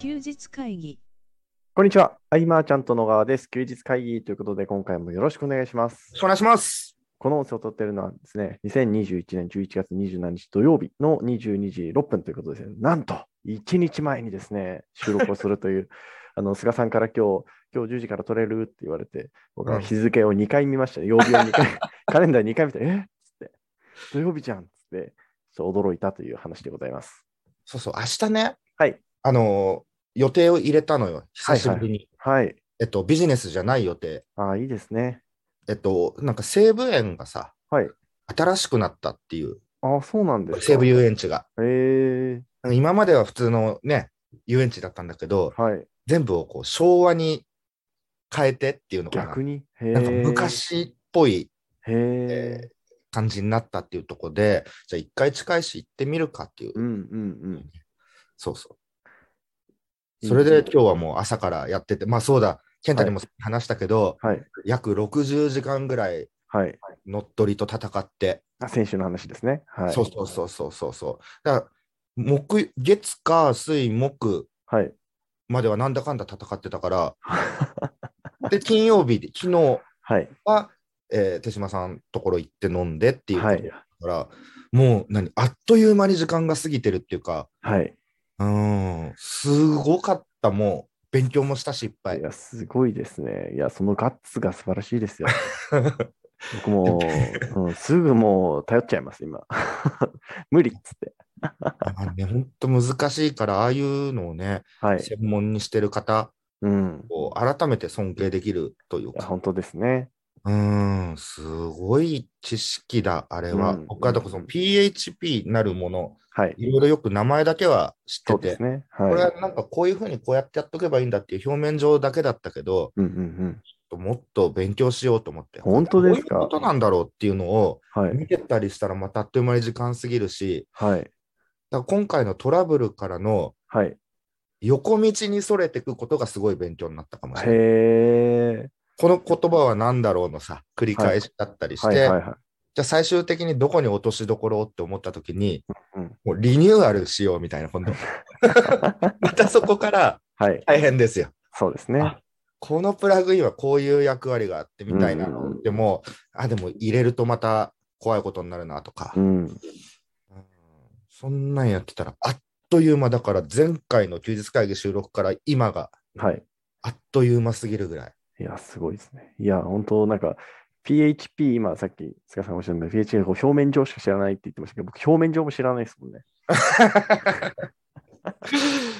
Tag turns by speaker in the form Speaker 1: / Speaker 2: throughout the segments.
Speaker 1: 休日会議
Speaker 2: こんにちは。アイマーちゃんと野川です。休日会議ということで、今回もよろしくお願いします。
Speaker 3: お願いします。
Speaker 2: この音声を撮っているのはですね、2021年11月27日土曜日の22時6分ということですね、なんと1日前にですね、収録をするという、 あの菅さんから今日、今日10時から撮れるって言われて、僕は日付を2回見ました、ね、曜日を2回、カレンダー2回見て、えっつって、土曜日じゃんっつって、ちょっと驚いたという話でございます。
Speaker 3: そうそう、明日ね、
Speaker 2: はい、
Speaker 3: あのー、予定を入れたのよ、
Speaker 2: はい
Speaker 3: 久しぶりに。
Speaker 2: はい、
Speaker 3: えっと、ビジネスじゃない予定。
Speaker 2: ああ、いいですね。
Speaker 3: えっと、なんか西武園がさ、
Speaker 2: はい
Speaker 3: 新しくなったっていう、
Speaker 2: ああ、そうなんですか。
Speaker 3: 西武遊園地が。
Speaker 2: ええ
Speaker 3: あの今までは普通のね、遊園地だったんだけど、
Speaker 2: はい、
Speaker 3: 全部をこう昭和に変えてっていうのかな。
Speaker 2: 逆に。へ
Speaker 3: なんか
Speaker 2: ー
Speaker 3: 昔っぽい
Speaker 2: へえ
Speaker 3: えー感じになったっていうところで、じゃあ一回近いし行ってみるかっていう。
Speaker 2: うんうん
Speaker 3: そうそう。
Speaker 2: うん。
Speaker 3: それで
Speaker 2: 日。
Speaker 3: 今日はもう朝からやってて、まあそうだ、健太にも話したけど、
Speaker 2: はい。
Speaker 3: 約60時間ぐらい
Speaker 2: はい。
Speaker 3: 乗っ取りと戦って、
Speaker 2: あ、先週の話ですね。はい。
Speaker 3: そうそうそうそうそうそう。だから木月火水木
Speaker 2: はい。
Speaker 3: まではなんだかんだ戦ってた から、で金曜日で昨日
Speaker 2: はい。
Speaker 3: は、えー手嶋さんところ行って飲んでっていうこ
Speaker 2: は
Speaker 3: とだ
Speaker 2: い。
Speaker 3: から、もう何あっという間に時間が過ぎてるっていうか、
Speaker 2: はい。
Speaker 3: うーんすごかったもう勉強もしたしいっぱい
Speaker 2: い。や、すごいですね。いや、そのガッツが素晴らしいですよ。僕も、うん、すぐもう頼っちゃいます、今。 無理っつって。
Speaker 3: あのね、本当難しいから、ああいうのをね、
Speaker 2: はい。
Speaker 3: 専門にしてる方
Speaker 2: うん。
Speaker 3: を改めて尊敬できるという
Speaker 2: いや、
Speaker 3: か、
Speaker 2: 本当ですね。
Speaker 3: うーん、すごい知識だ、あれは。
Speaker 2: うん
Speaker 3: 僕はだからその PHP なるもの、
Speaker 2: はい。
Speaker 3: いろいろよく名前だけは知
Speaker 2: そ
Speaker 3: っ
Speaker 2: うで
Speaker 3: てて、
Speaker 2: すね。
Speaker 3: これ
Speaker 2: は。
Speaker 3: はいなんかこういうふうにこうやってやっとけばいいんだっていう表面上だけだったけど、
Speaker 2: うんうんうん。
Speaker 3: もっと勉強しようと思って、
Speaker 2: 本当です
Speaker 3: どうい
Speaker 2: か
Speaker 3: うことなんだろうっていうのを
Speaker 2: はい。
Speaker 3: 見てたりしたら、またあっという間に時間過ぎるし、
Speaker 2: はい。
Speaker 3: だから今回のトラブルからの、
Speaker 2: はい。
Speaker 3: 横道にそれていくことがすごい勉強になったかもしれない。
Speaker 2: へえ。
Speaker 3: この言葉は何だろうのさ、繰り返しだったりして、
Speaker 2: はいはいは
Speaker 3: じゃあ最終的にどこに落としどころをって思った時に、
Speaker 2: うん
Speaker 3: もうリニューアルしようみたい な、今度。またそこから
Speaker 2: い。 はい。
Speaker 3: 大変ですよ。
Speaker 2: そうですね。
Speaker 3: あこのプラグインはこういう役割があってみたいな
Speaker 2: うんうんう
Speaker 3: の。
Speaker 2: ん
Speaker 3: でも、あ、でも入れるとまた怖いことになるなとか、
Speaker 2: うん。
Speaker 3: うんそんなんやってたら、あっという間だから、前回の休日会議収録から今が
Speaker 2: はい。
Speaker 3: あっという間すぎるぐらい。
Speaker 2: いや、すごいですね。いや、本当なんか、PHP、今、さっき、菅さんがおっしゃったように PHP がこう表面上しか知らないって言ってましたけど、僕、表面上も知らないですも んね。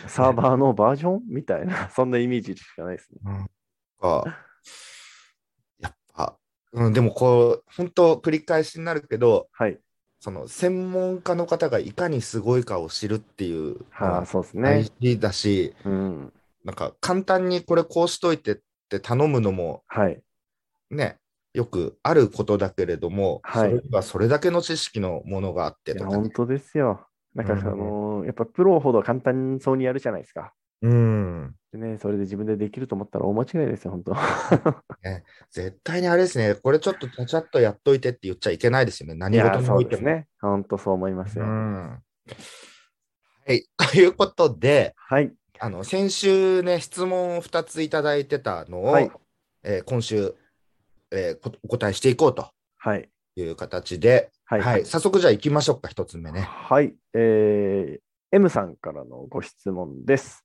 Speaker 2: サーバーのバージョンみたいな、そんなイメージしかないですね。
Speaker 3: か、やっぱ、うん、でもこう、本当繰り返しになるけど、
Speaker 2: はい。
Speaker 3: その専門家の方がいかにすごいかを知るっていうの
Speaker 2: はあ、
Speaker 3: が
Speaker 2: そうです
Speaker 3: 大
Speaker 2: ね。
Speaker 3: 事だし、
Speaker 2: うん。
Speaker 3: なんか簡単にこれこうしといてって頼むのも
Speaker 2: はい。
Speaker 3: ね、よくあることだけれども、
Speaker 2: はい
Speaker 3: それにはそれだけの知識のものがあって
Speaker 2: いや、
Speaker 3: とかね、
Speaker 2: 本当ですよ。なんか、
Speaker 3: うん
Speaker 2: あのーやっぱプロほど簡単そうにやるじゃないですか。
Speaker 3: うん、
Speaker 2: でね、それで自分でできると思ったら大間違いですよ、本当。
Speaker 3: 絶対にあれですね、これちょっとちゃちゃっとやっといてって言っちゃいけないですよね、
Speaker 2: い
Speaker 3: 何事
Speaker 2: や、
Speaker 3: に
Speaker 2: そ
Speaker 3: お
Speaker 2: う
Speaker 3: いて
Speaker 2: です
Speaker 3: も。
Speaker 2: ね。本当そう思いますよ。
Speaker 3: うんはい、ということで、
Speaker 2: はい。
Speaker 3: あの先週ね、質問を2ついただいてたのを、
Speaker 2: はい
Speaker 3: えー今週、えーこお答えしていこうと
Speaker 2: はい。
Speaker 3: いう形で、
Speaker 2: はい。
Speaker 3: はい、早速じゃあ行きましょうか、1つ目ね。
Speaker 2: はい、えー M さんからのご質問です。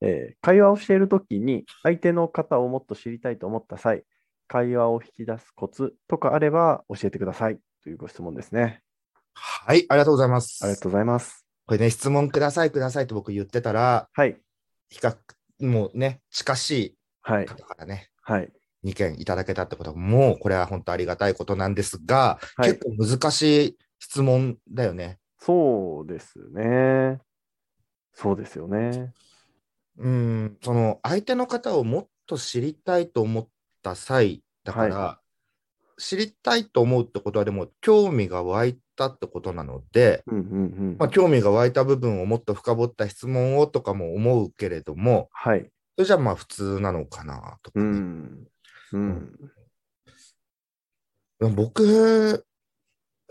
Speaker 2: えー会話をしているときに、相手の方をもっと知りたいと思った際、会話を引き出すコツとかあれば教えてくださいというご質問ですね。
Speaker 3: はい、ありがとうございます。
Speaker 2: ありがとうございます。
Speaker 3: これね、質問ください、くださいって僕言ってたら、
Speaker 2: はい、
Speaker 3: 比較、もうね、近し
Speaker 2: はい
Speaker 3: い、方からね、
Speaker 2: はい、
Speaker 3: 2件いただけたってことは、もうこれは本当ありがたいことなんですが、
Speaker 2: はい
Speaker 3: 結構難しい質問だよね。
Speaker 2: そうですね。そうですよね。
Speaker 3: うん、その相手の方をもっと知りたいと思った際だから、知りたいと思うってことは、でも興味が湧いたってことなので、
Speaker 2: うんうんう
Speaker 3: ま
Speaker 2: ん
Speaker 3: あ、。興味が湧いた部分をもっと深掘った質問をとかも思うけれども、
Speaker 2: はい。
Speaker 3: それじゃまあ普通なのかなとか
Speaker 2: う
Speaker 3: ね、
Speaker 2: ん。うん。
Speaker 3: 僕、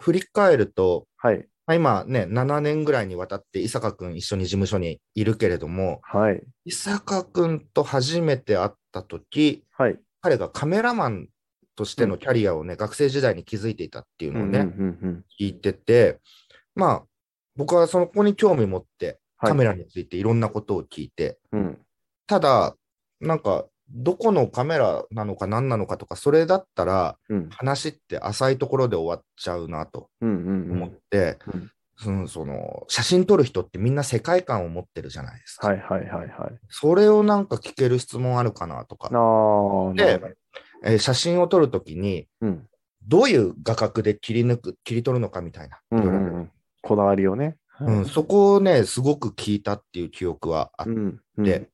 Speaker 3: 振り返ると、
Speaker 2: はい。
Speaker 3: まあ今ね、7年ぐらいにわたって伊坂君一緒に事務所にいるけれども、
Speaker 2: はい。
Speaker 3: 伊坂君と初めて会った時、
Speaker 2: はい。
Speaker 3: 彼がカメラマンとしてのキャリアをね、学生時代に築いていたっていうのをね、
Speaker 2: うんうんうんうん
Speaker 3: 聞いてて、まあ、僕はそこに興味持って、
Speaker 2: はい
Speaker 3: カメラについていろんなことを聞いて、
Speaker 2: うん。
Speaker 3: ただ、なんか、どこのカメラなのか何なのかとか、それだったら、
Speaker 2: うん。
Speaker 3: 話って浅いところで終わっちゃうなと
Speaker 2: うんうんうん
Speaker 3: 思って、
Speaker 2: うん
Speaker 3: そのその写真撮る人ってみんな世界観を持ってるじゃないですか。
Speaker 2: はいはいはいはい。
Speaker 3: それをなんか聞ける質問あるかなと
Speaker 2: ああ、
Speaker 3: か、
Speaker 2: なるほ
Speaker 3: で
Speaker 2: ど。、
Speaker 3: えー写真を撮るときに、
Speaker 2: うん。
Speaker 3: どういう画角で切り抜く、切り取るのかみたいな。
Speaker 2: うんうんうんこだわりをね。
Speaker 3: うんそこをね、すごく聞いたっていう記憶はあっ
Speaker 2: うん。うん
Speaker 3: で、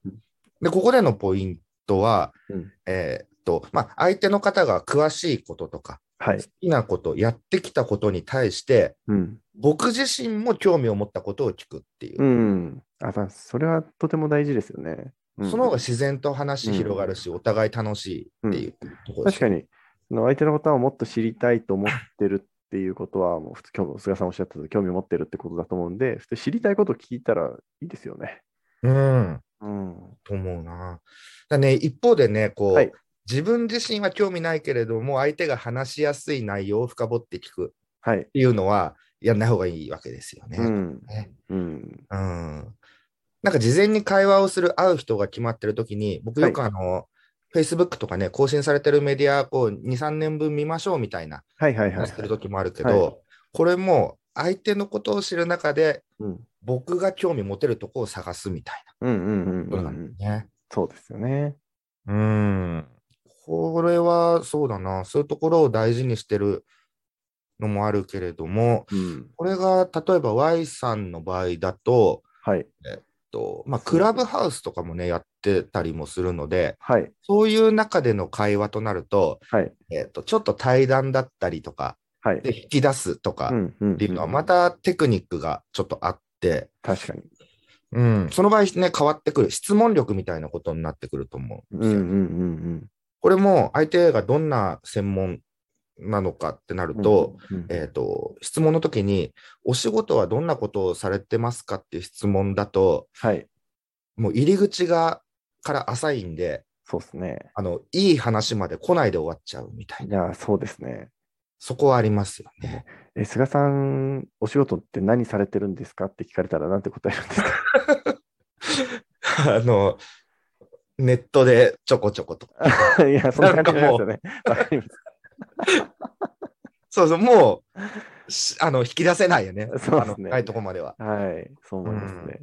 Speaker 3: で、ここでのポイントは、
Speaker 2: うん
Speaker 3: えーっと、まあ、相手の方が詳しいこととか、
Speaker 2: はい
Speaker 3: 好。きなこと、やってきたことに対して、
Speaker 2: うん。
Speaker 3: 僕自身も興味を持ったことを聞くっていうう、
Speaker 2: ん。あ、だそれはとても大事ですよね。うん
Speaker 3: その方が自然と話広がるし、お互い楽しいっていうところで
Speaker 2: 確
Speaker 3: す
Speaker 2: かに、その相手のことをもっと知りたいと思ってるっていうことは、もう普通、今日も菅さんおっしゃったと興味を持ってるってことだと思うんで、普通知りたいことを聞いたらいいですよね。
Speaker 3: うん、
Speaker 2: うん。
Speaker 3: と思うな。だね、一方でね、こう、
Speaker 2: はい
Speaker 3: 自分自身は興味ないけれども、相手が話しやすい内容を深掘って聞くっ
Speaker 2: はい。
Speaker 3: ていうのは、やんない方がいいわけですよね。
Speaker 2: うん。
Speaker 3: ね
Speaker 2: うん。
Speaker 3: うんなんか事前に会話をする、会う人が決まってるときに、僕
Speaker 2: はい
Speaker 3: よくあの、Facebook とかね、更新されてるメディアを2、3年分見ましょうみたいな、
Speaker 2: はいはいはい、
Speaker 3: するときもあるけ
Speaker 2: は
Speaker 3: ど、これも相手のことを知る中で、
Speaker 2: うん。
Speaker 3: 僕が興味持てるとこを探すみたい
Speaker 2: うんうんうんう
Speaker 3: なこ
Speaker 2: ん
Speaker 3: と
Speaker 2: う
Speaker 3: なん
Speaker 2: ん。
Speaker 3: だね。
Speaker 2: そうですよね。
Speaker 3: うん。これはそうだな、そういうところを大事にしてるのもあるけれども、
Speaker 2: うん。
Speaker 3: これが例えば Y さんの場合だと、
Speaker 2: はい。
Speaker 3: と、まあ、クラブハウスとかもね、やってたりもするので、
Speaker 2: はい。
Speaker 3: そういう中での会話となると、
Speaker 2: はい。
Speaker 3: えっ、と、ちょっと対談だったりとか、
Speaker 2: はい。
Speaker 3: で、引き出すとか
Speaker 2: うんうんうん
Speaker 3: っていうのは、またテクニックがちょっとあって、
Speaker 2: 確かに。
Speaker 3: うん、その場合ね、変わってくる、質問力みたいなことになってくると思うん
Speaker 2: う
Speaker 3: で
Speaker 2: ん
Speaker 3: す
Speaker 2: う
Speaker 3: よ。
Speaker 2: んうん
Speaker 3: これも、相手がどんな専門なのかってなる
Speaker 2: うん。
Speaker 3: と、
Speaker 2: うん、うん
Speaker 3: えっ、と、質問の時に、お仕事はどんなことをされてますかっていう質問だと、
Speaker 2: はい。
Speaker 3: もう入り口が、から浅いんで、
Speaker 2: そうですね。
Speaker 3: あの、いい話まで来ないで終わっちゃうみたい
Speaker 2: い
Speaker 3: な、
Speaker 2: や、そうですね。
Speaker 3: そこはありますよね。
Speaker 2: え、菅さん、お仕事って何されてるんですかって聞かれたら、なんて答えるんですか
Speaker 3: あの、ネットでちょこちょこと。
Speaker 2: いや、そんな感じなんですよね。わかります
Speaker 3: そうそう、もう、しあの、引き出せないよね。
Speaker 2: そう
Speaker 3: あ
Speaker 2: で
Speaker 3: の、
Speaker 2: すね
Speaker 3: 深いとこまでは。
Speaker 2: はい、そう思いますね。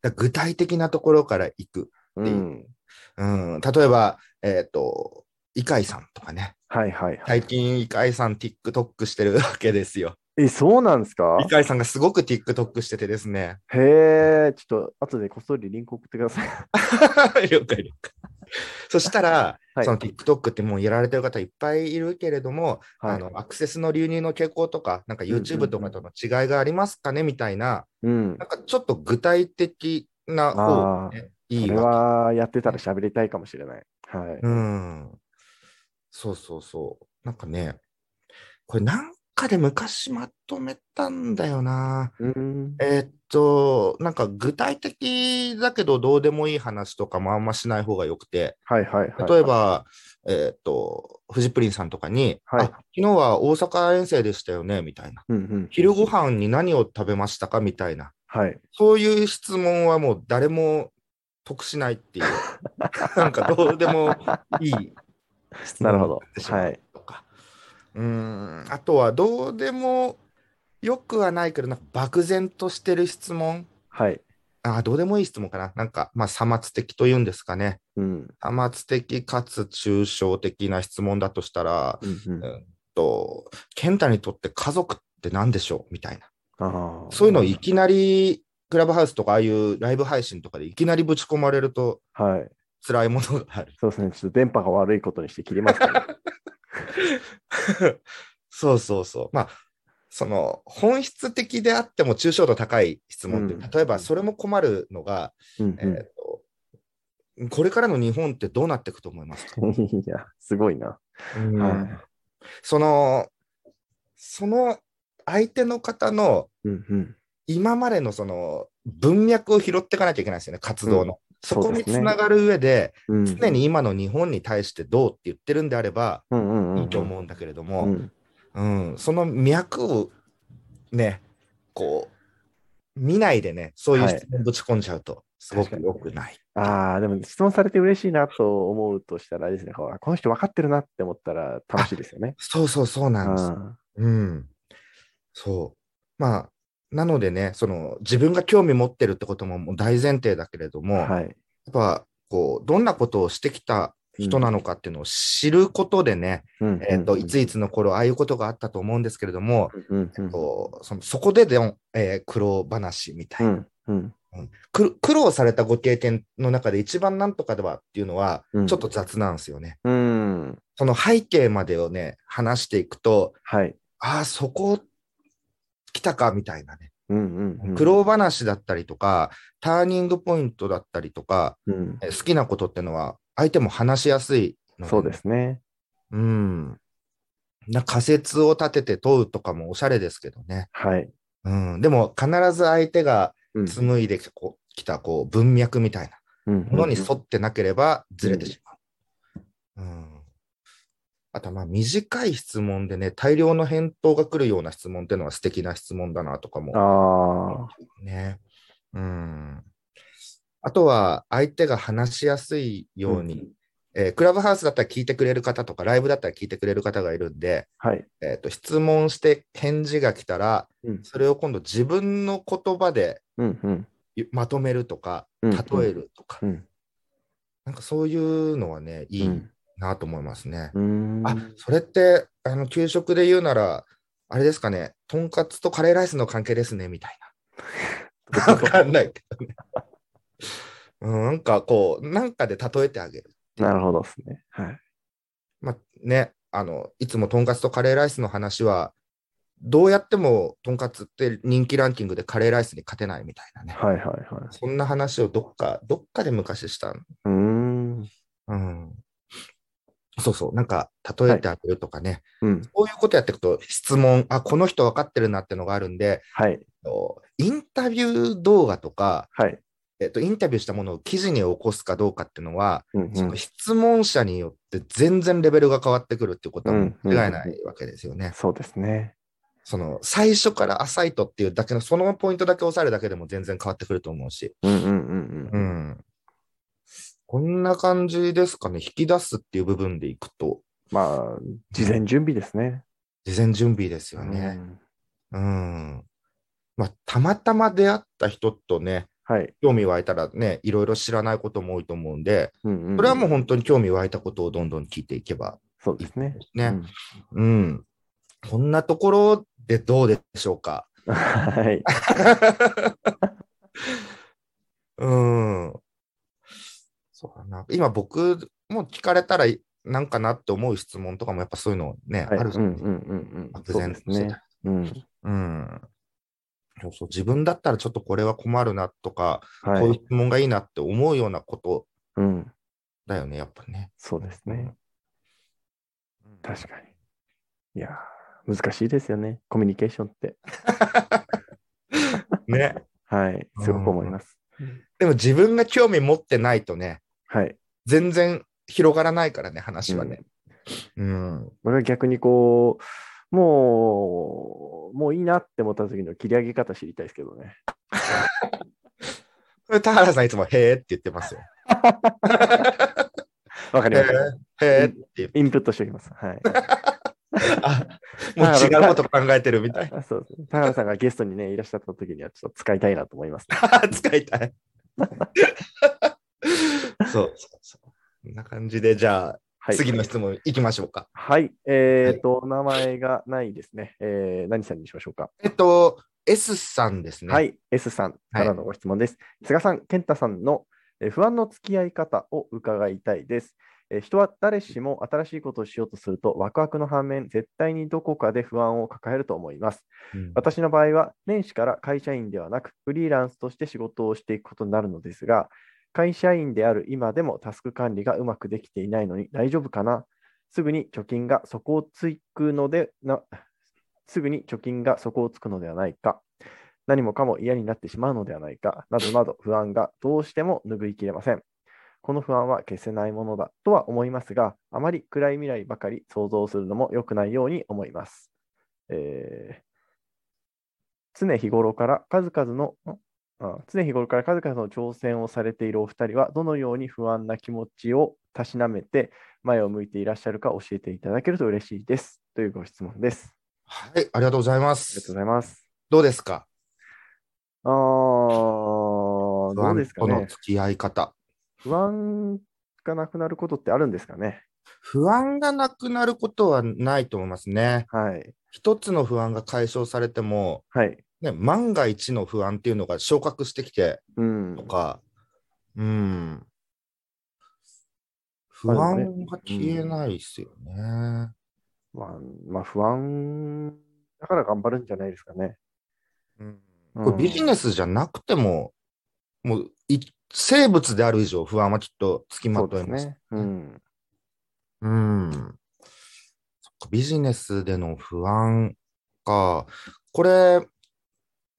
Speaker 3: だ具体的なところから行く。
Speaker 2: うんん。
Speaker 3: うん、例えば、えっ、と、イカイさんとかね。
Speaker 2: はいはいはい。
Speaker 3: 最近、イカイさん TikTok してるわけですよ。
Speaker 2: え、そうなんですか
Speaker 3: イカイさんがすごく TikTok しててで すね。
Speaker 2: へえ、ちょっと後でこっそりリンク送ってください。
Speaker 3: 了解了解。そしたら、
Speaker 2: はい
Speaker 3: その TikTok ってもうやられてる方いっぱいいるけれども、
Speaker 2: はい
Speaker 3: あのアクセスの流入の傾向とか、なんか
Speaker 2: んうんうん
Speaker 3: YouTube とかとの違いがありますかねみたいな、
Speaker 2: うん
Speaker 3: な。んかちょっと具体的な方、ね、い
Speaker 2: こ
Speaker 3: い
Speaker 2: れ
Speaker 3: わ
Speaker 2: はやってたら喋りたいかもしれない。はい。
Speaker 3: け。うん。そうそうそう。なんかね、これなんかで昔まとめたんだよな。
Speaker 2: うん。
Speaker 3: えーっと、なんか具体的だけどどうでもいい話とかもあんましない方がよくて、
Speaker 2: はいはいはい。
Speaker 3: 例えば、えーっと、フジプリンさんとかに、
Speaker 2: はい
Speaker 3: あ昨日は大阪遠征でしたよね、みたいな。
Speaker 2: うんうん。
Speaker 3: 昼ご飯に何を食べましたかみたいな。
Speaker 2: はい。
Speaker 3: そういう質問はもう誰も得しない っていう。なんかどうでもいい質
Speaker 2: なる
Speaker 3: 問に
Speaker 2: ほ
Speaker 3: な
Speaker 2: ど
Speaker 3: ってしま
Speaker 2: は
Speaker 3: う
Speaker 2: い
Speaker 3: とか。うーん。あとは、どうでもよくはないけど、なんか漠然としてる質問。
Speaker 2: はい。
Speaker 3: あーどうでもいい質問かな。なんか、まあ、左末的というんですかね。
Speaker 2: うん。
Speaker 3: 多末的かつ抽象的な質問だとしたら、
Speaker 2: うんうん
Speaker 3: えっと、健太にとって家族って何でしょうみたいな。
Speaker 2: ああ。
Speaker 3: そういうのをいきなり、クラブハウスとかああいうライブ配信とかでいきなりぶち込まれると
Speaker 2: はい。
Speaker 3: 辛いものがある。
Speaker 2: そうですね。ちょっと電波が悪いことにして切ります からね
Speaker 3: そうそうそう。まあ、その本質的であっても抽象度高い質問って、
Speaker 2: うん
Speaker 3: 例えばそれも困るのが、
Speaker 2: うん
Speaker 3: えっと、これからの日本ってどうなっていくと思いますか
Speaker 2: うん。 いや、すごいな。
Speaker 3: うん
Speaker 2: はい
Speaker 3: その、その相手の方の
Speaker 2: うんうん。
Speaker 3: 今までのその文脈を拾っていかなきゃいけないですよね、活動の。そこ
Speaker 2: そう
Speaker 3: に
Speaker 2: ですね
Speaker 3: つながる上で、
Speaker 2: うん、
Speaker 3: 常に今の日本に対してどうって言ってるんであれば、
Speaker 2: うんうんうんうん
Speaker 3: いいと思うんだけれど
Speaker 2: う
Speaker 3: も、
Speaker 2: ん
Speaker 3: うんその脈をね、こう、見ないでね、そういう質問にぶち込んじゃうと、すごく良くない。
Speaker 2: ああ、でも質問されて嬉しいなと思うとしたら、あれですね、こうこの人分かってるなって思ったら楽しいですよね。
Speaker 3: そうそうそうなんです。
Speaker 2: あ
Speaker 3: うん。そう。まあ、なのでね、その自分が興味持ってるってことももう大前提だけれども、
Speaker 2: ーはい。
Speaker 3: やっぱこうどんなことをしてきた人なのかっていうのを知ることでね、
Speaker 2: うん
Speaker 3: えっと
Speaker 2: うん
Speaker 3: いついつの頃ああいうことがあったと思うんですけれども、
Speaker 2: うんう
Speaker 3: えっ
Speaker 2: ん
Speaker 3: とそのそこででも、えー苦労話みた
Speaker 2: う
Speaker 3: いな、
Speaker 2: んうん
Speaker 3: く苦労されたご経験の中で一番なんとかではっていうのは
Speaker 2: うん
Speaker 3: ちょっと雑なんですよね。
Speaker 2: うん。
Speaker 3: その背景までをね話していくと
Speaker 2: はい。
Speaker 3: ああそこ来たかみたいなね
Speaker 2: うんうんうん。
Speaker 3: 苦労話だったりとかターニングポイントだったりとか
Speaker 2: うん。
Speaker 3: え好きなことってのは相手も話しやすいの
Speaker 2: そうですね。
Speaker 3: うん。な仮説を立てて問うとかもおしゃれですけどね。
Speaker 2: はい。
Speaker 3: うん。でも必ず相手が
Speaker 2: うん
Speaker 3: 紡いできこうきたこう文脈みたい
Speaker 2: うん
Speaker 3: なものに沿ってなければずれてしまう。うん。あとまあ短い質問でね、大量の返答が来るような質問っていうのは素敵な質問だなとかも
Speaker 2: あ
Speaker 3: ね。うん。あとは、相手が話しやすい
Speaker 2: あ。
Speaker 3: ように、。えークラブハウスだったら聞いてくれる方とか、ライブだったら聞いてくれる方がいるんで、
Speaker 2: はい。
Speaker 3: えーと質問して返事が来たら、
Speaker 2: うん
Speaker 3: それを今度自分の言葉で
Speaker 2: うんうん
Speaker 3: ゆまとめるとか、
Speaker 2: うん。
Speaker 3: 例えるとか、
Speaker 2: うん。
Speaker 3: なんかそういうのはね、いい
Speaker 2: うん
Speaker 3: なと思いますね。
Speaker 2: うん。
Speaker 3: あ、それって、あの、給食で言うなら、あれですかね、とんかつとカレーライスの関係ですね、みたいな。 わかんないけどね。うん、なんかこう、なんかで例えてあげる。
Speaker 2: なるほどですね。はい。
Speaker 3: まあね、あの、いつもとんかつとカレーライスの話は、どうやってもとんかつって人気ランキングでカレーライスに勝てないみたいなね。
Speaker 2: はいはいはい。
Speaker 3: そんな話をどっか、どっかで昔したの。
Speaker 2: うーん。
Speaker 3: うん。そうそう、なんか例えてあげるとかね。
Speaker 2: うん。
Speaker 3: こういうことやっていくと質問、あ、この人分かってるなってのがあるんで、
Speaker 2: はい。
Speaker 3: あのインタビュー動画とか、
Speaker 2: はい。
Speaker 3: えっと、インタビューしたものを記事に起こすかどうかっていうのは、
Speaker 2: うんう
Speaker 3: そ
Speaker 2: ん
Speaker 3: の。質問者によって全然レベルが変わってくるってことは間違いないわけですよね。
Speaker 2: そうですね。
Speaker 3: その最初から浅いとっていうだけのそのポイントだけ押さえるだけでも全然変わってくると思うし。
Speaker 2: うんうんうん
Speaker 3: う
Speaker 2: うん。
Speaker 3: ん。こんな感じですかね。引き出すっていう部分でいくと、
Speaker 2: まあ、事前準備ですね。
Speaker 3: 事前準備ですよね。うん。まあ、たまたま出会った人とね、
Speaker 2: はい。
Speaker 3: 興味湧いたらね、いろいろ知らないことも多いと思うんで、
Speaker 2: うんうん。
Speaker 3: それはもう本当に興味湧いたことをどんどん聞いていけば
Speaker 2: そうですね。
Speaker 3: ね。
Speaker 2: うん
Speaker 3: うん。こんなところでどうでしょうか。
Speaker 2: はい。
Speaker 3: うん。そうだな。今僕も聞かれたらなんかなって思う質問とかもやっぱそういうのね、
Speaker 2: はい。
Speaker 3: ある
Speaker 2: うんうんうんうん。
Speaker 3: 漠
Speaker 2: そう
Speaker 3: 然
Speaker 2: です
Speaker 3: として
Speaker 2: ね。
Speaker 3: た
Speaker 2: うん。
Speaker 3: うん。そうそう。自分だったらちょっとこれは困るなとか、
Speaker 2: は
Speaker 3: こうい
Speaker 2: い。
Speaker 3: う質問がいいなって思うようなこと
Speaker 2: うん。
Speaker 3: だよね、やっぱね。
Speaker 2: そうですね。
Speaker 3: うん
Speaker 2: 確かに。いやー、難しいですよね。コミュニケーションって。
Speaker 3: ね。
Speaker 2: はい。すごく思います。
Speaker 3: でも自分が興味持ってないとね、
Speaker 2: はい。
Speaker 3: 全然広がらないからね、話はね。うん。
Speaker 2: 俺は逆にこう、もう、もういいなって思った時の切り上げ方知りたいですけどね。
Speaker 3: それ田原さんいつも、へーって言ってますよ。
Speaker 2: わかり
Speaker 3: へ
Speaker 2: ま
Speaker 3: ー
Speaker 2: した。
Speaker 3: へーって言って
Speaker 2: インプットしておきます。はい。
Speaker 3: あもう違うこと考えてるみたい。
Speaker 2: あそうですね田原さんがゲストにね、いらっしゃった時にはちょっと使いたいなと思います、ね。
Speaker 3: 使いたい。 そうそうそう。こんな感じで、じゃあ、
Speaker 2: はい。
Speaker 3: 次の質問いきましょうか。
Speaker 2: はい。えっ、ー、と、お名前がないですね。えー、何さんにしましょうか。
Speaker 3: えっと、S さんですね。
Speaker 2: は。い。S さんからのご質問です。菅さん、健太さんのえー不安の付き合い方を伺いたいです。えー人は誰しも新しいことをしようとすると、ワクワクの反面、絶対にどこかで不安を抱えると思います。
Speaker 3: うん
Speaker 2: 私の場合は、年始から会社員ではなく、フリーランスとして仕事をしていくことになるのですが、会社員である今でもタスク管理がうまくできていないのに大丈夫かなすぐに貯金が底をつくのでな、すぐに貯金が底をつくのではないか、何もかも嫌になってしまうのではないかなどなど不安がどうしても拭いきれません。この不安は消せないものだとは思いますが、あまり暗い未来ばかり想像するのも良くないように思います。えー常日頃から数々のんあ常日頃から数々の挑戦をされているお二人は、どのように不安な気持ちをたしなめて前を向いていらっしゃるか教えていただけると嬉しいです。というご質問です。
Speaker 3: はい、ありがとうございま
Speaker 2: ありがとう
Speaker 3: す。
Speaker 2: ございます。
Speaker 3: どうですか
Speaker 2: あーどうですか
Speaker 3: 不安との
Speaker 2: ね。
Speaker 3: 付き合い方。
Speaker 2: 不安がなくなることってあるんですかね。
Speaker 3: 不安がなくなることはないと思いますね。
Speaker 2: はい。
Speaker 3: 一つの不安が解消されても、
Speaker 2: はい。
Speaker 3: ね、万が一の不安っていうのが昇格してきて
Speaker 2: うん
Speaker 3: と。か、うん。不
Speaker 2: あるよ
Speaker 3: 安が消えないですよね。
Speaker 2: まあ、まあ、不安だから頑張るんじゃないですかね。
Speaker 3: うん
Speaker 2: うん
Speaker 3: これビジネスじゃなくても、もうい生物である以上不安はきっとつき
Speaker 2: そ
Speaker 3: ま
Speaker 2: う
Speaker 3: と
Speaker 2: で
Speaker 3: い
Speaker 2: す
Speaker 3: ます。
Speaker 2: ね。うん。
Speaker 3: うん。そっかビジネスでの不安か。これ、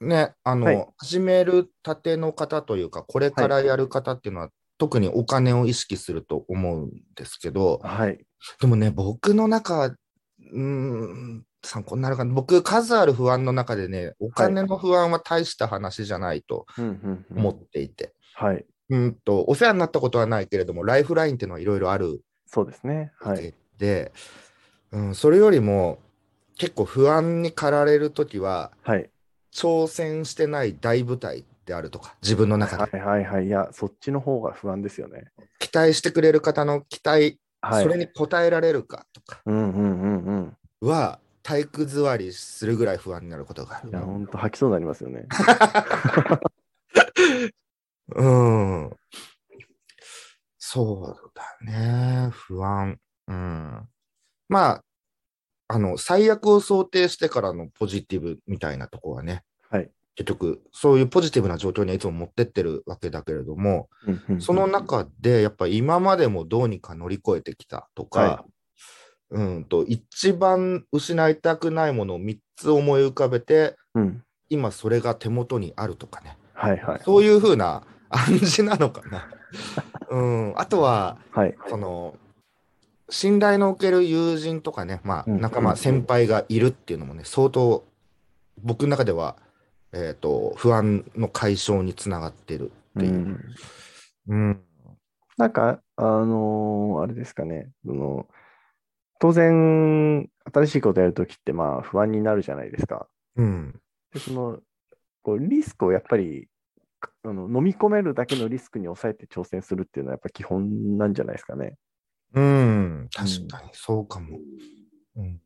Speaker 3: ね、あの、
Speaker 2: はい
Speaker 3: 始めるたての方というか、これからやる方っていうのは、特にお金を意識すると思うんですけど、
Speaker 2: はい。
Speaker 3: でもね、僕の中、うーん、参考になるかな。僕、数ある不安の中でね、お金の不安は大した話じゃないと
Speaker 2: うんうんうん
Speaker 3: 思っていて、
Speaker 2: はい。
Speaker 3: うんと、お世話になったことはないけれども、ライフラインっていうのはいろいろある
Speaker 2: そうですね。はい。
Speaker 3: で、うん、それよりも結構不安に駆られる時は
Speaker 2: はい。
Speaker 3: 挑戦してない大舞台であるとか自分の中
Speaker 2: は
Speaker 3: で
Speaker 2: いはいはい。いや、そっちの方が不安ですよね。
Speaker 3: 期待してくれる方の期待、
Speaker 2: はい。
Speaker 3: それに応えられるかとか
Speaker 2: うんうんうん
Speaker 3: は体育座りするぐらい不安になることがあ
Speaker 2: うん。
Speaker 3: る
Speaker 2: いや、ほんと吐きそうになります よね。
Speaker 3: うんそうだね不安うんまああの最悪を想定してからのポジティブみたいなとこはね
Speaker 2: はい。
Speaker 3: 結局、そういうポジティブな状況にはいつも持ってってるわけだけれども、
Speaker 2: うんうんうん
Speaker 3: その中で、やっぱ今までもどうにか乗り越えてきたとか、
Speaker 2: は
Speaker 3: うんと、一番失いたくないものを3つ思い浮かべて、
Speaker 2: うん。
Speaker 3: 今それが手元にあるとかね、
Speaker 2: はいはい。
Speaker 3: そういうふうな暗示なの かな。うん、あとは、
Speaker 2: はい。
Speaker 3: その、信頼のおける友人とかね、まあ、
Speaker 2: うん
Speaker 3: 仲間、
Speaker 2: うん
Speaker 3: 先輩がいるっていうのもね、相当、僕の中では、えっ、と、不安の解消につながってるっていうう。
Speaker 2: ん
Speaker 3: うん。
Speaker 2: なんか、あのーあれですかね、その当然、新しいことやるときって、まあ、不安になるじゃないですか。
Speaker 3: うん。
Speaker 2: で、その、こうリスクをやっぱり、かあの飲み込めるだけのリスクに抑えて挑戦するっていうのは、やっぱ基本なんじゃないですかね。
Speaker 3: うん。確かに、そうかも。うん。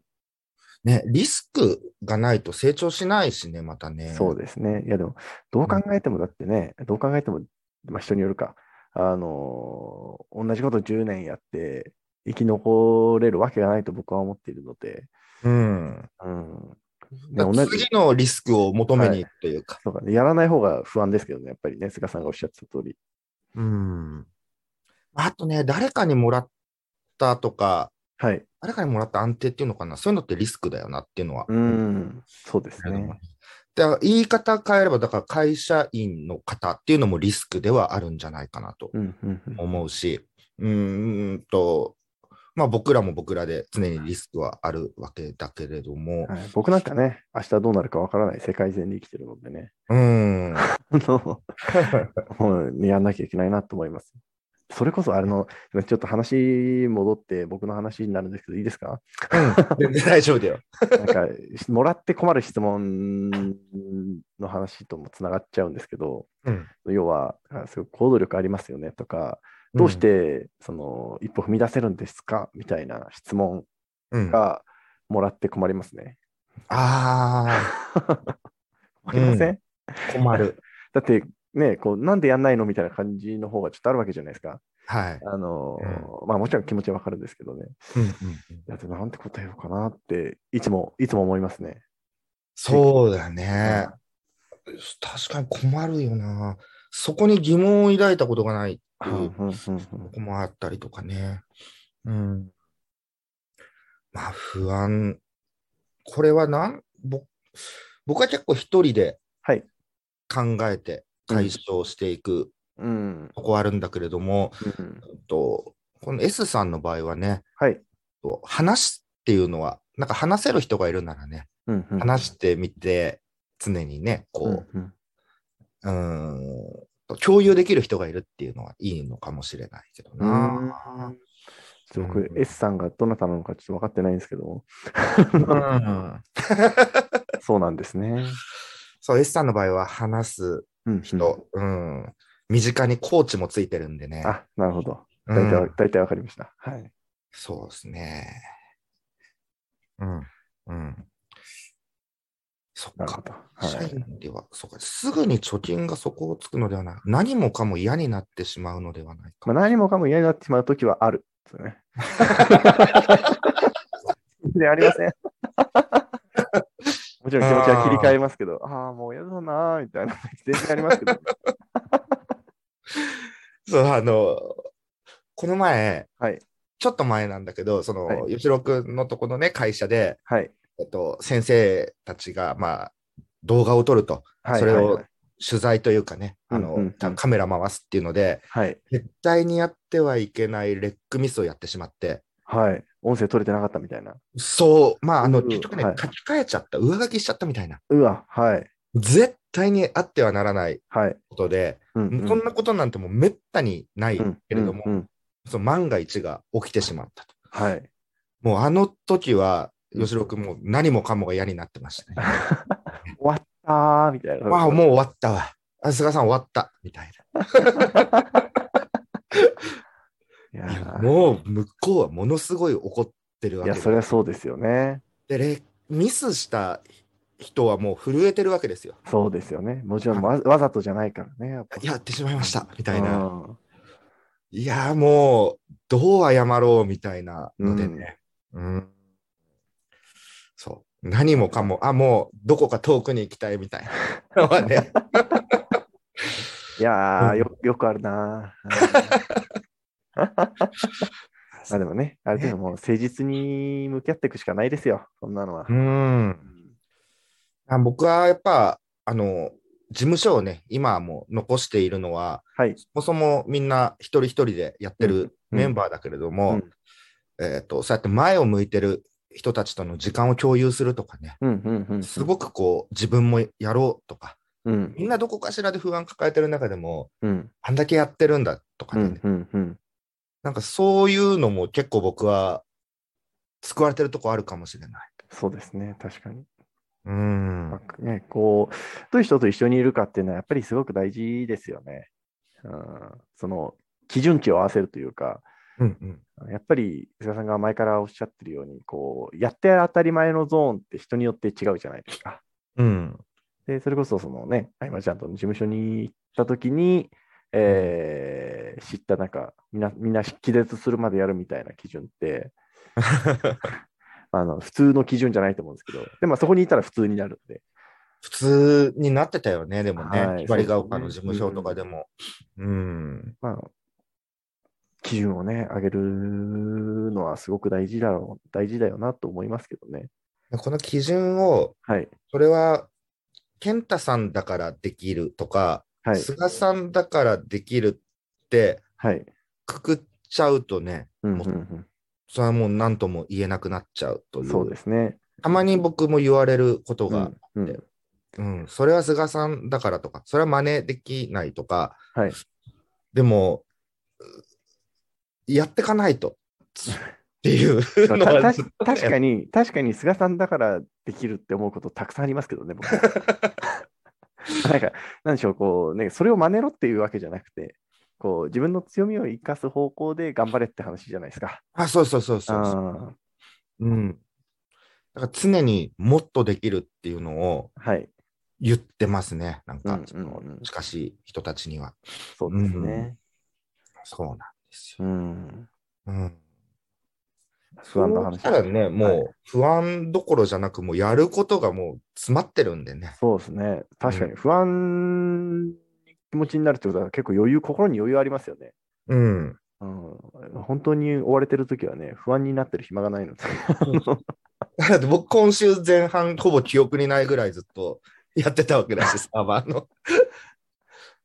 Speaker 3: ね、リスクがないと成長しないしね、またね。
Speaker 2: そうですね。いや、でも、どう考えてもだってね、どう考えても、まあ、人によるか、あのー同じこと10年やって、生き残れるわけがないと僕は思っているので、
Speaker 3: うん。
Speaker 2: うん。ね
Speaker 3: だから次のリスクを求めにというか。
Speaker 2: そうかね、やらない方が不安ですけどね、やっぱりね、菅さんがおっしゃってた通り。
Speaker 3: うん。あとね、誰かにもらったとか、
Speaker 2: はい。
Speaker 3: 誰かにもらった安定っていうのかな、そういうのってリスクだよなっていうのは。
Speaker 2: うん、そうです
Speaker 3: あるの
Speaker 2: ね
Speaker 3: か。なで言い方変えれば、だから会社員の方っていうのもリスクではあるんじゃないかなと
Speaker 2: うん、うん、うん。
Speaker 3: 思うし、うーんと、まあ僕らも僕らで常にリスクはあるわけだけれども、
Speaker 2: はい、僕なんかね、明日どうなるかわからない世界線で生きてるのでね、
Speaker 3: うーん。
Speaker 2: あのもうやんなきゃいけないなと思います。それこそ、あの、ちょっと話戻って、僕の話になるんですけど、いいですか
Speaker 3: 全然大丈夫だよ。
Speaker 2: なんか、 もらって困る質問の話ともつながっちゃうんですけど、
Speaker 3: うん
Speaker 2: 要は、あすごい行動力ありますよねとか、どうし、てその一歩踏み出せるんですかみたいな質問
Speaker 3: うんあ
Speaker 2: がもらって困りますね。
Speaker 3: あ
Speaker 2: 困りません、
Speaker 3: うー、困る。
Speaker 2: だってね、こうなんでやんないのみたいな感じの方がちょっとあるわけじゃないですか。
Speaker 3: はい。
Speaker 2: あのーまあもちろん気持ちはわかるん ですけどね。
Speaker 3: うんうんうん
Speaker 2: だってなんて答えようかなっていつもいつも思いますね。
Speaker 3: そうだね。確かに困るよな。そこに疑問を抱いたことがないって
Speaker 2: うん
Speaker 3: いう
Speaker 2: うんうんうん
Speaker 3: ここもあったりとかね。うん。まあ不安。これはなんぼ僕は結構一人で
Speaker 2: はい
Speaker 3: 考えて解消していく
Speaker 2: うん。
Speaker 3: とこあるんだけれども、
Speaker 2: うん
Speaker 3: えっとこの S さんの場合はね、
Speaker 2: はい。
Speaker 3: と話すっていうのは、なんか話せる人がいるならね、
Speaker 2: うんうん
Speaker 3: 話してみて、常にね、こ
Speaker 2: うんうん
Speaker 3: う、うーん、共有できる人がいるっていうのはいいのかもしれないけど
Speaker 2: う
Speaker 3: な。
Speaker 2: ちょっと
Speaker 3: うん
Speaker 2: 僕、S さんがどなたなのかちょっと分かってないんですけど、
Speaker 3: うん
Speaker 2: そうなんですね。
Speaker 3: そう、S さんの場合は話す
Speaker 2: うんうん
Speaker 3: 人、うん、身近にコーチもついてるんでね。
Speaker 2: あ、なるほど。
Speaker 3: う
Speaker 2: 大体
Speaker 3: ん
Speaker 2: わ、大体わかりました。はい。
Speaker 3: そうですね。うん、うん。そっ
Speaker 2: なる
Speaker 3: か
Speaker 2: ほ。ど。は
Speaker 3: 社
Speaker 2: い。
Speaker 3: 員では、そうか、すぐに貯金が底をつくのではない。何もかも嫌になってしまうのではない
Speaker 2: まあ、
Speaker 3: か。
Speaker 2: 何もかも嫌になってしまうときはある。です よね。でありません。 もちろん気持ちは切り替えますけど、ああー、もう嫌だなーみたいな、 全然ありますけど。
Speaker 3: そう、あの、この前、
Speaker 2: はい。
Speaker 3: ちょっと前なんだけど、そ
Speaker 2: は
Speaker 3: の、
Speaker 2: い
Speaker 3: 吉郎くんのとこのね、会社で、
Speaker 2: はい。
Speaker 3: えっと、先生たちが、まあ、動画を撮ると、
Speaker 2: はい。
Speaker 3: それを
Speaker 2: はい
Speaker 3: 取材というかね、あの、
Speaker 2: うんうんうん
Speaker 3: カメラ回すっていうので、
Speaker 2: はい。
Speaker 3: 絶対にやってはいけないレックミスをやってしまって、
Speaker 2: はい。はい音声取れてなかったみたいな。
Speaker 3: そう、まあ、あの、
Speaker 2: うん
Speaker 3: 結局ね、
Speaker 2: はい
Speaker 3: 書き換えちゃった、上書きしちゃったみたいな。
Speaker 2: うわ、はい。
Speaker 3: 絶対にあってはならない
Speaker 2: はい。
Speaker 3: ことで、
Speaker 2: うんう
Speaker 3: そんなことなんてもうめったにない
Speaker 2: うん
Speaker 3: けれども、
Speaker 2: うんうん
Speaker 3: その万が一が起きてしまったと。
Speaker 2: はい。
Speaker 3: もうあの時は、吉郎君も何もかもが嫌になってましたね。
Speaker 2: 終わったーみたいな。
Speaker 3: わあ、もう終わったわ。あ菅さん終わった。みたいう
Speaker 2: 。いや
Speaker 3: な。いや
Speaker 2: ー
Speaker 3: もう向こうはものすごい怒ってるわ
Speaker 2: い
Speaker 3: け
Speaker 2: や、
Speaker 3: で
Speaker 2: そりゃそうですよね。
Speaker 3: でレミスした人はもう震えてるわけですよ。
Speaker 2: そうですよね。もちろんわわざとじゃないからね。やっぱ
Speaker 3: やってしまいました。みたいな。
Speaker 2: うん
Speaker 3: いや、もう、どう謝ろうみたいなのでね。うんそう。何もかも、あ、もう、どこか遠くに行きたいみたいなのはね。
Speaker 2: いやー
Speaker 3: うん
Speaker 2: よ、よくあるな ー。まあでもね、あれでもう誠実に向き合っていくしかないですよ、そんなのは。
Speaker 3: うん。あ僕はやっぱ、あの、事務所をね、今はもう残しているのは、
Speaker 2: はい。
Speaker 3: そもそもみんな一人一人でやってる
Speaker 2: うん
Speaker 3: メンバーだけれども、
Speaker 2: うん
Speaker 3: えっ、と、そうやって前を向いてる人たちとの時間を共有するとかね、
Speaker 2: うんうんうん。
Speaker 3: すごくこう、自分もやろうとか、
Speaker 2: うん
Speaker 3: みんなどこかしらで不安抱えてる中でも、
Speaker 2: うん
Speaker 3: あんだけやってるんだとか
Speaker 2: う
Speaker 3: ね、
Speaker 2: んうんうん。
Speaker 3: なんかそういうのも結構僕は救われてるとこあるかもしれない。
Speaker 2: そうですね、確かに。
Speaker 3: うん
Speaker 2: まあね、こう、どういう人と一緒にいるかっていうのは、やっぱりすごく大事ですよね。うん、その、基準値を合わせるというか、
Speaker 3: うんうん
Speaker 2: やっぱり、菅さんが前からおっしゃってるように、こう、やって当たり前のゾーンって人によって違うじゃないですか。
Speaker 3: うん
Speaker 2: で、それこそそのね、あいまちゃんとの事務所に行った時に、えー知ったなんか、みんな、みんな気絶するまでやるみたいな基準って、あの、普通の基準じゃないと思うんですけど、で、まあそこにいたら普通になるんで、
Speaker 3: 普通になってたよね、でも
Speaker 2: はい
Speaker 3: ね。ひばりが丘
Speaker 2: そう
Speaker 3: の
Speaker 2: です
Speaker 3: 事
Speaker 2: ね
Speaker 3: 務所とかでも。うん。
Speaker 2: まあ、基準をね、上げるのはすごく大事だろう、大事だよなと思いますけどね。
Speaker 3: この基準を、
Speaker 2: はい。
Speaker 3: それは、健太さんだからできるとか、
Speaker 2: はい。
Speaker 3: 菅さんだからできるって
Speaker 2: はい。
Speaker 3: くくっちゃうとね、
Speaker 2: うん
Speaker 3: も
Speaker 2: う
Speaker 3: うんそれはもう何とも言えなくなっちゃうと
Speaker 2: う
Speaker 3: い
Speaker 2: ん、
Speaker 3: う。
Speaker 2: そうですね。
Speaker 3: たまに僕も言われること
Speaker 2: う
Speaker 3: が、
Speaker 2: んうん
Speaker 3: でうん、それは菅さんだからとか、それは真似できないとか、
Speaker 2: はい。
Speaker 3: でも、うやってかないと。っていう
Speaker 2: まあ
Speaker 3: の
Speaker 2: た
Speaker 3: は
Speaker 2: た
Speaker 3: ずっ
Speaker 2: し
Speaker 3: とね
Speaker 2: 確かに、確かに菅さんだからできるって思うことたくさんありますけど ね、僕。なんか、なんでしょう、こうね、それを真似ろっていうわけじゃなくて、こう自分の強みを生かす方向で頑張れって話じゃないですか。
Speaker 3: あ、そうそうそうそうそう。
Speaker 2: あ
Speaker 3: うん。だから常にもっとできるっていうのを
Speaker 2: ーはい、
Speaker 3: 言ってますね。なん
Speaker 2: う
Speaker 3: か
Speaker 2: ん、
Speaker 3: その
Speaker 2: うんうん
Speaker 3: 近しい人たちには。
Speaker 2: そうですね。
Speaker 3: そうなんです
Speaker 2: う
Speaker 3: よ。
Speaker 2: ん。
Speaker 3: うん。
Speaker 2: 不安の
Speaker 3: そう
Speaker 2: 話
Speaker 3: したらね、
Speaker 2: は
Speaker 3: も
Speaker 2: いう
Speaker 3: 不安どころじゃなく、もうやることがもう詰まってるんでね。
Speaker 2: そうですね。確かに不安に気持ちになるってことは結構余裕、心に余裕ありますよね。
Speaker 3: うん。
Speaker 2: あうん、本当に追われてるときはね、不安になってる暇がないの で、
Speaker 3: だって 僕、今週前半、ほぼ記憶にないぐらいずっとやってたわけだ し、サーバーの。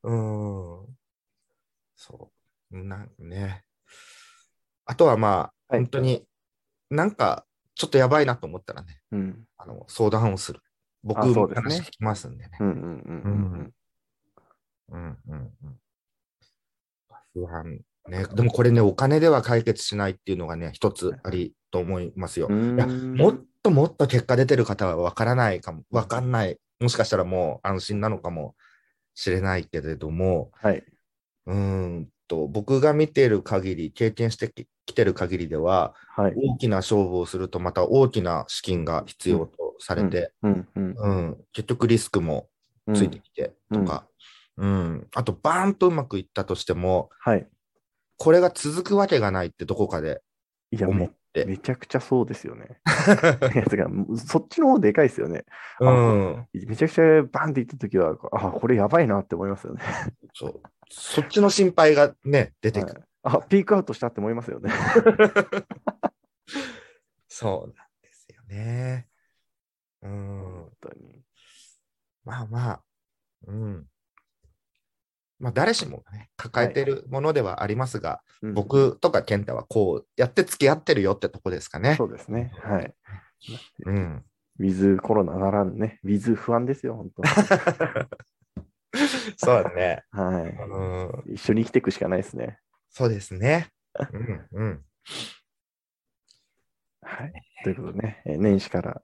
Speaker 3: うーん。そう。なんね。あとはまあ、
Speaker 2: はい
Speaker 3: 本当に、なんか、ちょっとやばいなと思ったらね、
Speaker 2: うん、
Speaker 3: あの相談をする。僕、
Speaker 2: あそうですね
Speaker 3: 話聞きますんでね。
Speaker 2: うん、うん、うんうんうん。
Speaker 3: うんうんうん。不安。ね、でもこれね、お金では解決しないっていうのがね、一つありと思いますよ。いやもっともっと結果出てる方は分からないかも、分かんない、もしかしたらもう安心なのかもしれないけれども、
Speaker 2: はい。
Speaker 3: うーんと、僕が見ている限り、経験してききてる限りでは、
Speaker 2: はい。
Speaker 3: 大きな勝負をすると、また大きな資金が必要とされて、
Speaker 2: うん、うん
Speaker 3: うん結局リスクも
Speaker 2: うん。
Speaker 3: ついてきてとか、うんあと、バーンとうまくいったとしても、
Speaker 2: はい。
Speaker 3: これが続くわけがないってどこかで
Speaker 2: いや、
Speaker 3: 思
Speaker 2: め
Speaker 3: っ、て。
Speaker 2: めちゃくちゃそうですよ ね。いや、てかそっちの方でかいですよね。
Speaker 3: うん、
Speaker 2: めちゃくちゃバンっていったときは、あ、これやばいなって思いますよね。
Speaker 3: そうそっちの心配がね、出てくる。
Speaker 2: はいあ、ピークアウトしたって思いますよね。
Speaker 3: そうなんですよね。うん
Speaker 2: 本。当に。
Speaker 3: まあまあ。うん。まあ、誰しもがね、抱えてるものではありますが、
Speaker 2: うん、
Speaker 3: 僕とか健太はこうやって付き合ってるよってとこですかね
Speaker 2: そ。うですね。はい。
Speaker 3: うん。
Speaker 2: ウィズコロナならぬね、ウィズ不安ですよ、本
Speaker 3: そうだね。
Speaker 2: 当。は
Speaker 3: うん。
Speaker 2: い。一緒に生きていくしかないですね。
Speaker 3: そうですね。うんうん。
Speaker 2: はい。ということでね、えー年始から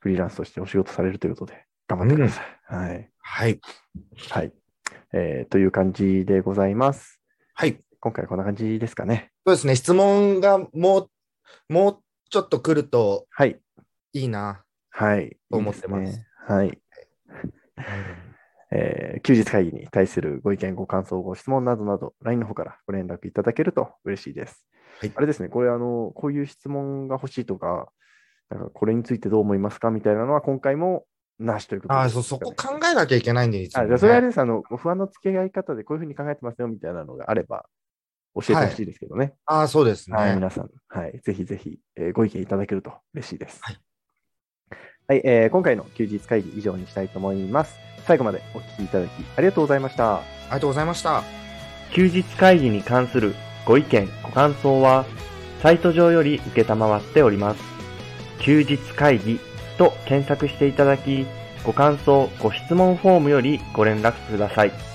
Speaker 2: フリーランスとしてお仕事されるということで、頑張ってください。はい。
Speaker 3: はい。
Speaker 2: はい。えーという感じでございます。
Speaker 3: はい。
Speaker 2: 今回こんな感じですかね。
Speaker 3: そうですね。質問がもう、もうちょっと来ると
Speaker 2: はい。
Speaker 3: いいな。
Speaker 2: はい。
Speaker 3: と思ってます
Speaker 2: いいでねはい。
Speaker 3: うん
Speaker 2: えー休日会議に対するご意見、ご感想、ご質問などなど、LINE の方からご連絡いただけると嬉しいです。
Speaker 3: はい
Speaker 2: あれですね、これあの、こういう質問が欲しいとか、なんかこれについてどう思いますかみたいなのは今回もなしということ
Speaker 3: あ
Speaker 2: で
Speaker 3: あ、
Speaker 2: す
Speaker 3: そ
Speaker 2: ね、
Speaker 3: う、そこ考えなきゃいけないんで、いつも
Speaker 2: あ
Speaker 3: ね
Speaker 2: じゃあそれはあれです、あの、不安の付き合い方でこういうふうに考えてますよみたいなのがあれば、教えてほしいですけどね。
Speaker 3: ああ、そうですね。
Speaker 2: はい、皆さん、はい、ぜひぜひ、えーご意見いただけると嬉しいです。
Speaker 3: はい
Speaker 2: はい、えー今回の休日会議以上にしたいと思います。最後までお聞きいただきありがとうございました。
Speaker 3: ありがとうございました。
Speaker 2: 休日会議に関するご意見、ご感想は、サイト上より受けたまわっております。休日会議と検索していただき、ご感想、ご質問フォームよりご連絡ください。